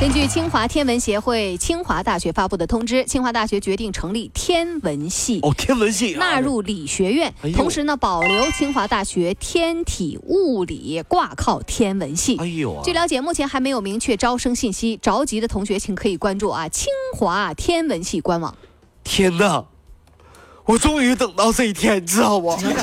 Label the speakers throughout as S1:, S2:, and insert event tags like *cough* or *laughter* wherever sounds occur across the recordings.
S1: 根据清华天文协会清华大学发布的通知，清华大学决定成立天文系。
S2: 哦，天文系
S1: 纳入理学院
S2: 哎，呦
S1: 同时呢保留清华大学天体物理挂靠天文系
S2: 哎。呦啊
S1: 据！了解，目前还没有明确招生信息，着急的同学请可以关注啊清华天文系官网。
S2: 天哪，我终于等到这一天，你知道不？
S3: 嗯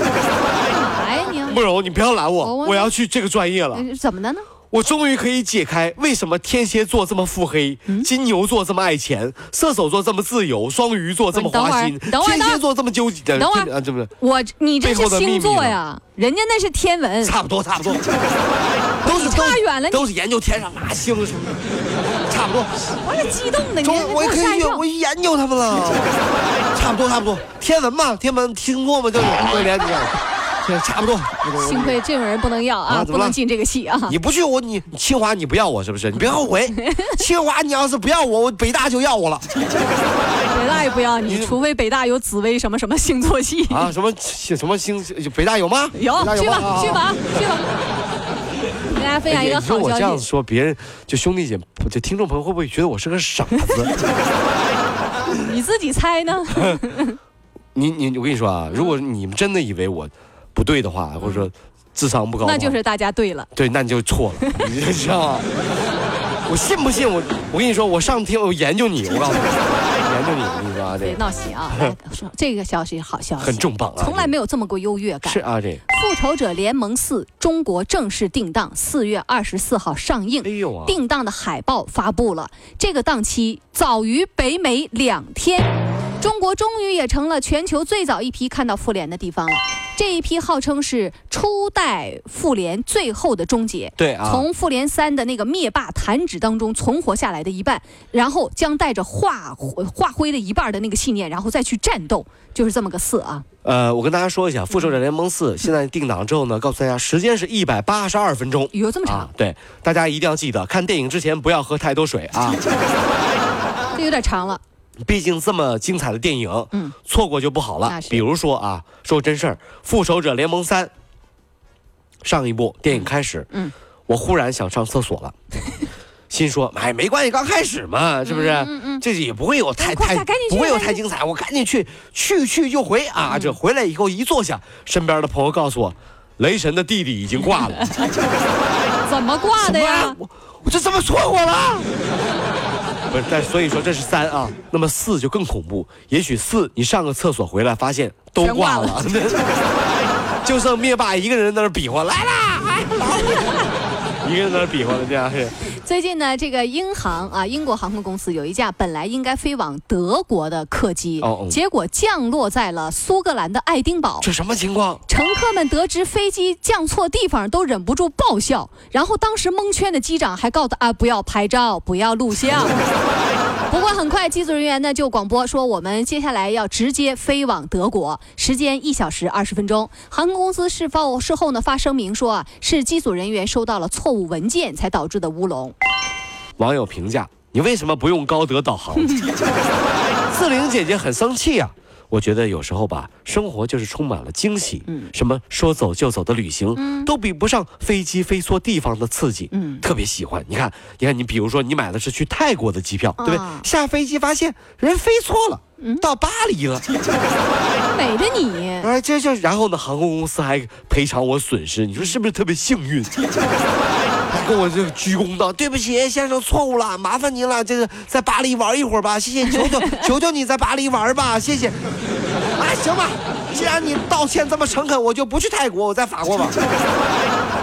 S1: 哎，你要
S2: 慕容，你不要拦我，
S1: 我
S2: 我要去这个专业
S3: 嗯
S2: 了。
S1: 呃怎么的呢？
S2: 我终于可以解开为什么天蝎座这么腹黑，
S3: 嗯
S2: 金牛座这么爱钱，射手座这么自由，双鱼座这么花心，
S3: 你嗯等会儿
S2: 天蝎座这么纠结，
S3: 等会儿
S2: 天啊，这不是
S3: 我你这
S2: 背
S3: 是
S2: 后的秘密
S3: 星座
S2: 了
S3: 呀，人家那是天文。
S2: 差不多差不
S3: *laughs*
S2: 多，都是
S3: 差远了你
S2: 都是研究天上哪星什么的，差不多。
S3: 我这激动的，你
S2: 中
S3: 还给
S2: 我
S3: 我
S2: 可
S3: 吓一
S2: 以
S3: 跳
S2: 我。研究他们了，差不多差不多，天文嘛，天文听过吗？就是
S3: 嗯
S2: 威廉，你看，这差不多。
S1: 啊
S3: 幸亏这种人不能要
S2: 啊
S3: 啊，
S2: 怎
S3: 不
S2: 么了
S3: 能进这个戏啊。
S2: 你不去我你你清华你不要我是不是？你别
S3: *laughs*
S2: 后悔，清华你要是不要我，我北大就要我了
S3: 北大也不要你，除非北大有紫薇什么什么星座系。
S2: 啊！什么什么星北大有吗？
S3: 有
S2: 北大，
S3: 去
S2: 吗
S3: 吧，去。
S2: 啊啊
S3: 吧，去吧。给大家分享一
S2: 哎
S3: 个
S2: 你说
S3: 好
S2: 我这样
S3: 消
S2: 子
S3: 息，
S2: 说，别人就兄弟姐，这听众朋友会不会觉得我是个傻子？
S3: 你自己猜
S2: *laughs*
S3: 呢？
S2: 你你我跟你说
S1: 嗯
S2: 啊，如果你们真的以为我不对的话，或者说智商不高的话，
S3: 那就是大家对了。
S2: 对，那你就错
S1: *laughs*
S2: 了，你知道吗？我信不信我？我跟你说，我上天我研究你，我告诉你，研究你，我跟你说啊，
S1: 别
S2: 这
S1: 闹
S2: *laughs*
S1: 心啊！
S3: 哎
S1: 来说这个消息好消息，
S2: 很重磅啊，
S1: 从来没有这么过优越感。
S2: 是啊，这
S1: 《复仇者联盟四》中国正式定档，四月二十四号上映。
S2: 哎呦啊，
S1: 定档的海报发布了，这个档期早于北美两天。中国终于也成了全球最早一批看到复联的地方了。这一批号称是初代复联最后的终结，
S2: 对啊，
S1: 从复联三的那个灭霸弹指当中存活下来的一半，然后将带着化化灰的一半的那个信念，然后再去战斗，就是这么个四啊。
S2: 呃，我跟大家说一下，《复仇者联盟四》
S1: 嗯
S2: 现在定档之后呢，告诉大家时间是一百八十二分钟。
S1: 有这么长，
S2: 啊，对，大家一定要记得看电影之前不要喝太多水啊，
S1: 这有点长了。
S2: 毕竟这么精彩的电影，
S1: 嗯，
S2: 错过就不好了
S1: 那。是
S2: 比如说啊，说真事儿，《复仇者联盟三》上一部电影开始，
S1: 嗯，
S2: 我忽然想上厕所了，心说，哎，没关系，刚开始嘛，是不是？嗯嗯，这也不会有太
S3: 快
S2: 太
S3: 下赶紧去
S2: 不会有
S3: 赶紧
S2: 太精彩，我赶紧去，去去就回啊！这回来以后一坐下，身边的朋友告诉我，雷神的弟弟已经挂了。
S3: 怎么挂的
S2: 什
S3: 呀
S2: 么？我我这怎么错过了？ *laughs* 不是，但所以说这是三啊，那么四就更恐怖。也许四你上个厕所回来发现都挂了， *laughs* 就剩灭霸一个人在那儿比划来啦，哎
S3: *laughs*
S2: 来啦，一个人在那儿比划了，这样是
S1: 最近呢，这个英航啊，英国航空公司有一架本来应该飞往德国的客机，
S2: 哦哦
S1: 结果降落在了苏格兰的爱丁堡。
S2: 这什么情况？
S1: 乘客们得知飞机降错地方，都忍不住爆笑。然后当时蒙圈的机长还告诉他啊，不要拍照，不要录像。 *laughs* 不过很快，机组人员呢就广播说，我们接下来要直接飞往德国，时间一小时二十分钟。航空公司事后事后呢发声明说啊，是机组人员收到了错误文件才导致的乌龙。
S2: 网友评价：你为什么不用高德导
S1: *laughs*
S2: 航？四零姐姐很生气啊。我觉得有时候吧，生活就是充满了惊喜。
S1: 嗯
S2: 什么说走就走的旅行，都比不上飞机飞错地方的刺激。
S1: 嗯
S2: 特别喜欢。你看，你看，你比如说，你买的是去泰国的机票，对不对
S1: 啊？嗯
S2: 下飞机发现人飞错了，到巴黎了。
S1: 美的你，
S2: 哎，这就然后呢，航空公司还赔偿我损失，你说是不是特别幸运？ *laughs* 还跟我这个鞠躬道：“对不起，先生，错误了，麻烦您了。这个在巴黎玩一会儿吧，谢谢，求求求求你在巴黎玩吧，谢谢。”啊，行吧，既然你道歉这么诚恳，我就不去泰国，我在法国玩。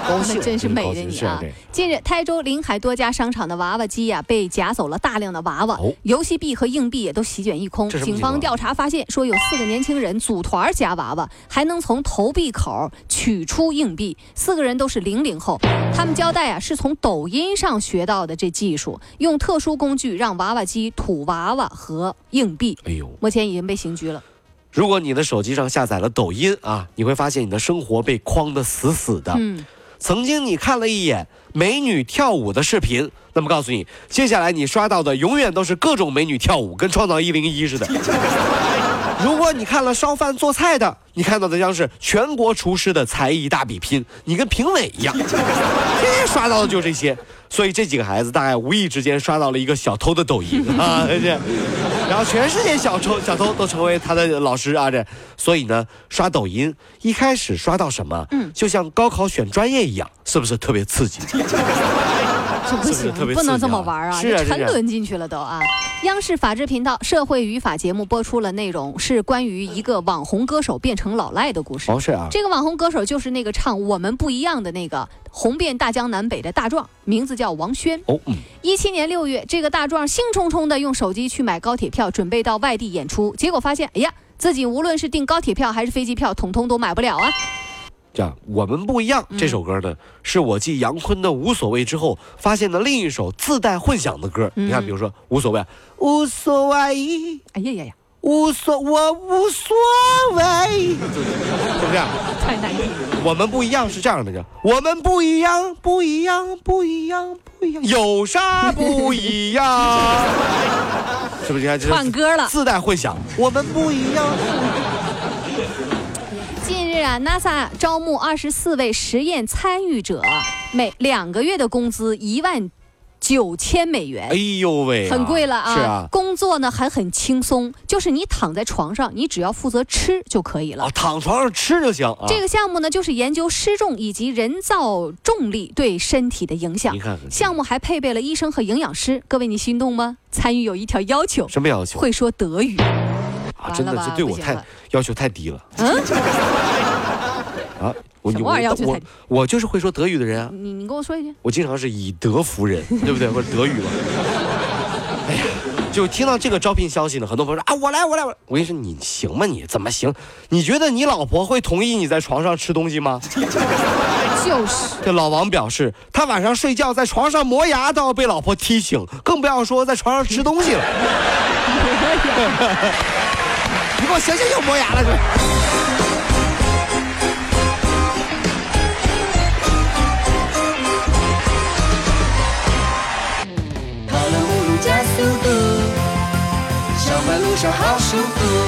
S2: 高
S1: 他
S2: 兴，
S1: 们真是美的你啊！近日，台州临海多家商场的娃娃机呀、被夹走了大量的娃娃，
S2: 哦
S1: 游戏币和硬币也都席卷一空。
S2: 这什么
S1: 警
S2: 情况
S1: 方调查发现，说有四个年轻人组团夹娃娃，还能从投币口取出硬币。四个人都是零零后，他们交代啊，是从抖音上学到的这技术，用特殊工具让娃娃机吐娃娃和硬币。
S2: 哎呦，
S1: 目前已经被刑拘了。
S2: 如果你的手机上下载了抖音啊，你会发现你的生活被框得死死的。
S1: 嗯，
S2: 曾经你看了一眼美女跳舞的视频，那么告诉你，接下来你刷到的永远都是各种美女跳舞，跟《创造一零一》似的。如果你看了烧饭做菜的，你看到的将是全国厨师的才艺大比拼，你跟评委一样，天天刷到的就是这些。所以这几个孩子大概无意之间刷到了一个小偷的抖音啊， *laughs* 这，然后全世界小偷小偷都成为他的老师啊，这，所以呢，刷抖音一开始刷到什么，嗯，就像高考选专业一样，是不是特别刺激？
S1: 这不
S2: 啊是
S1: 行
S2: 不是特别，
S1: 不
S2: 刺
S1: 能
S2: 激
S1: 这么
S2: 啊
S1: 玩儿啊！
S2: 是啊
S1: 这
S2: 是啊
S1: 沉沦进去了都啊！央视法制频道《社会语法》节目播出了内容是关于一个网红歌手变成老赖的故事。
S2: *laughs* 哦，是啊，
S1: 这个网红歌手就是那个唱《我们不一样》的那个红遍大江南北的大壮，名字叫王轩。
S2: 哦，嗯，
S1: 一七年六月，这个大壮兴冲冲地用手机去买高铁票，准备到外地演出，结果发现，哎呀，自己无论是订高铁票还是飞机票，统统都买不了啊！
S2: 这样我们不一样。这首歌呢，是我继杨坤的《无所谓》之后发现的另一首自带混响的歌。你看，比如说《无所谓》，无所谓，
S1: 哎呀呀呀，
S2: 无所我无所谓，就这样。
S1: 太难听了！
S2: 我们不一样是这样的，我们不一样，不一样，不一样，不一样，有啥不一样？
S1: *laughs*
S2: 是不是？你看，这是
S3: 换歌
S2: *laughs*
S3: 了
S2: 自带混响。我们不一样。
S1: 近日啊，NASA 招募二十四位实验参与者，每两个月的工资一万九千美元。
S2: 哎呦喂啊、
S1: 很贵了啊！
S2: 是啊，
S1: 工作呢还很轻松，就是你躺在床上，你只要负责吃就可以了。
S2: 啊，躺床上吃就行啊。
S1: 这个项目呢，就是研究失重以及人造重力对身体的影响
S2: 你。看看
S1: 项目还配备了医生和营养师，各位你心动吗？参与有一条要求，
S2: 什么要求
S1: 会说德语。
S2: 啊？真的
S1: 完了吧
S2: 是对我
S1: 不行
S2: 太
S1: 了
S2: 要求太低了。嗯。啊，我
S3: 什
S2: 你
S3: 么玩意儿要求
S2: 我
S3: 太低
S2: 我我就是会说德语的人啊，
S1: 你你跟我说一句，
S2: 我经常是以德服人，对不对？或者德语吧。哎呀，就听到这个招聘消息呢，很多朋友说啊，我来，我来，我来。我跟你说，你行吗？你怎么行？你觉得你老婆会同意你在床上吃东西吗？
S1: 就是
S2: 这老王表示，他晚上睡觉在床上磨牙都要被老婆踢醒，更不要说在床上吃东西了。 *laughs* 你给我醒醒，又磨牙了！这
S4: 跑了五路加速度，上班路上好舒服。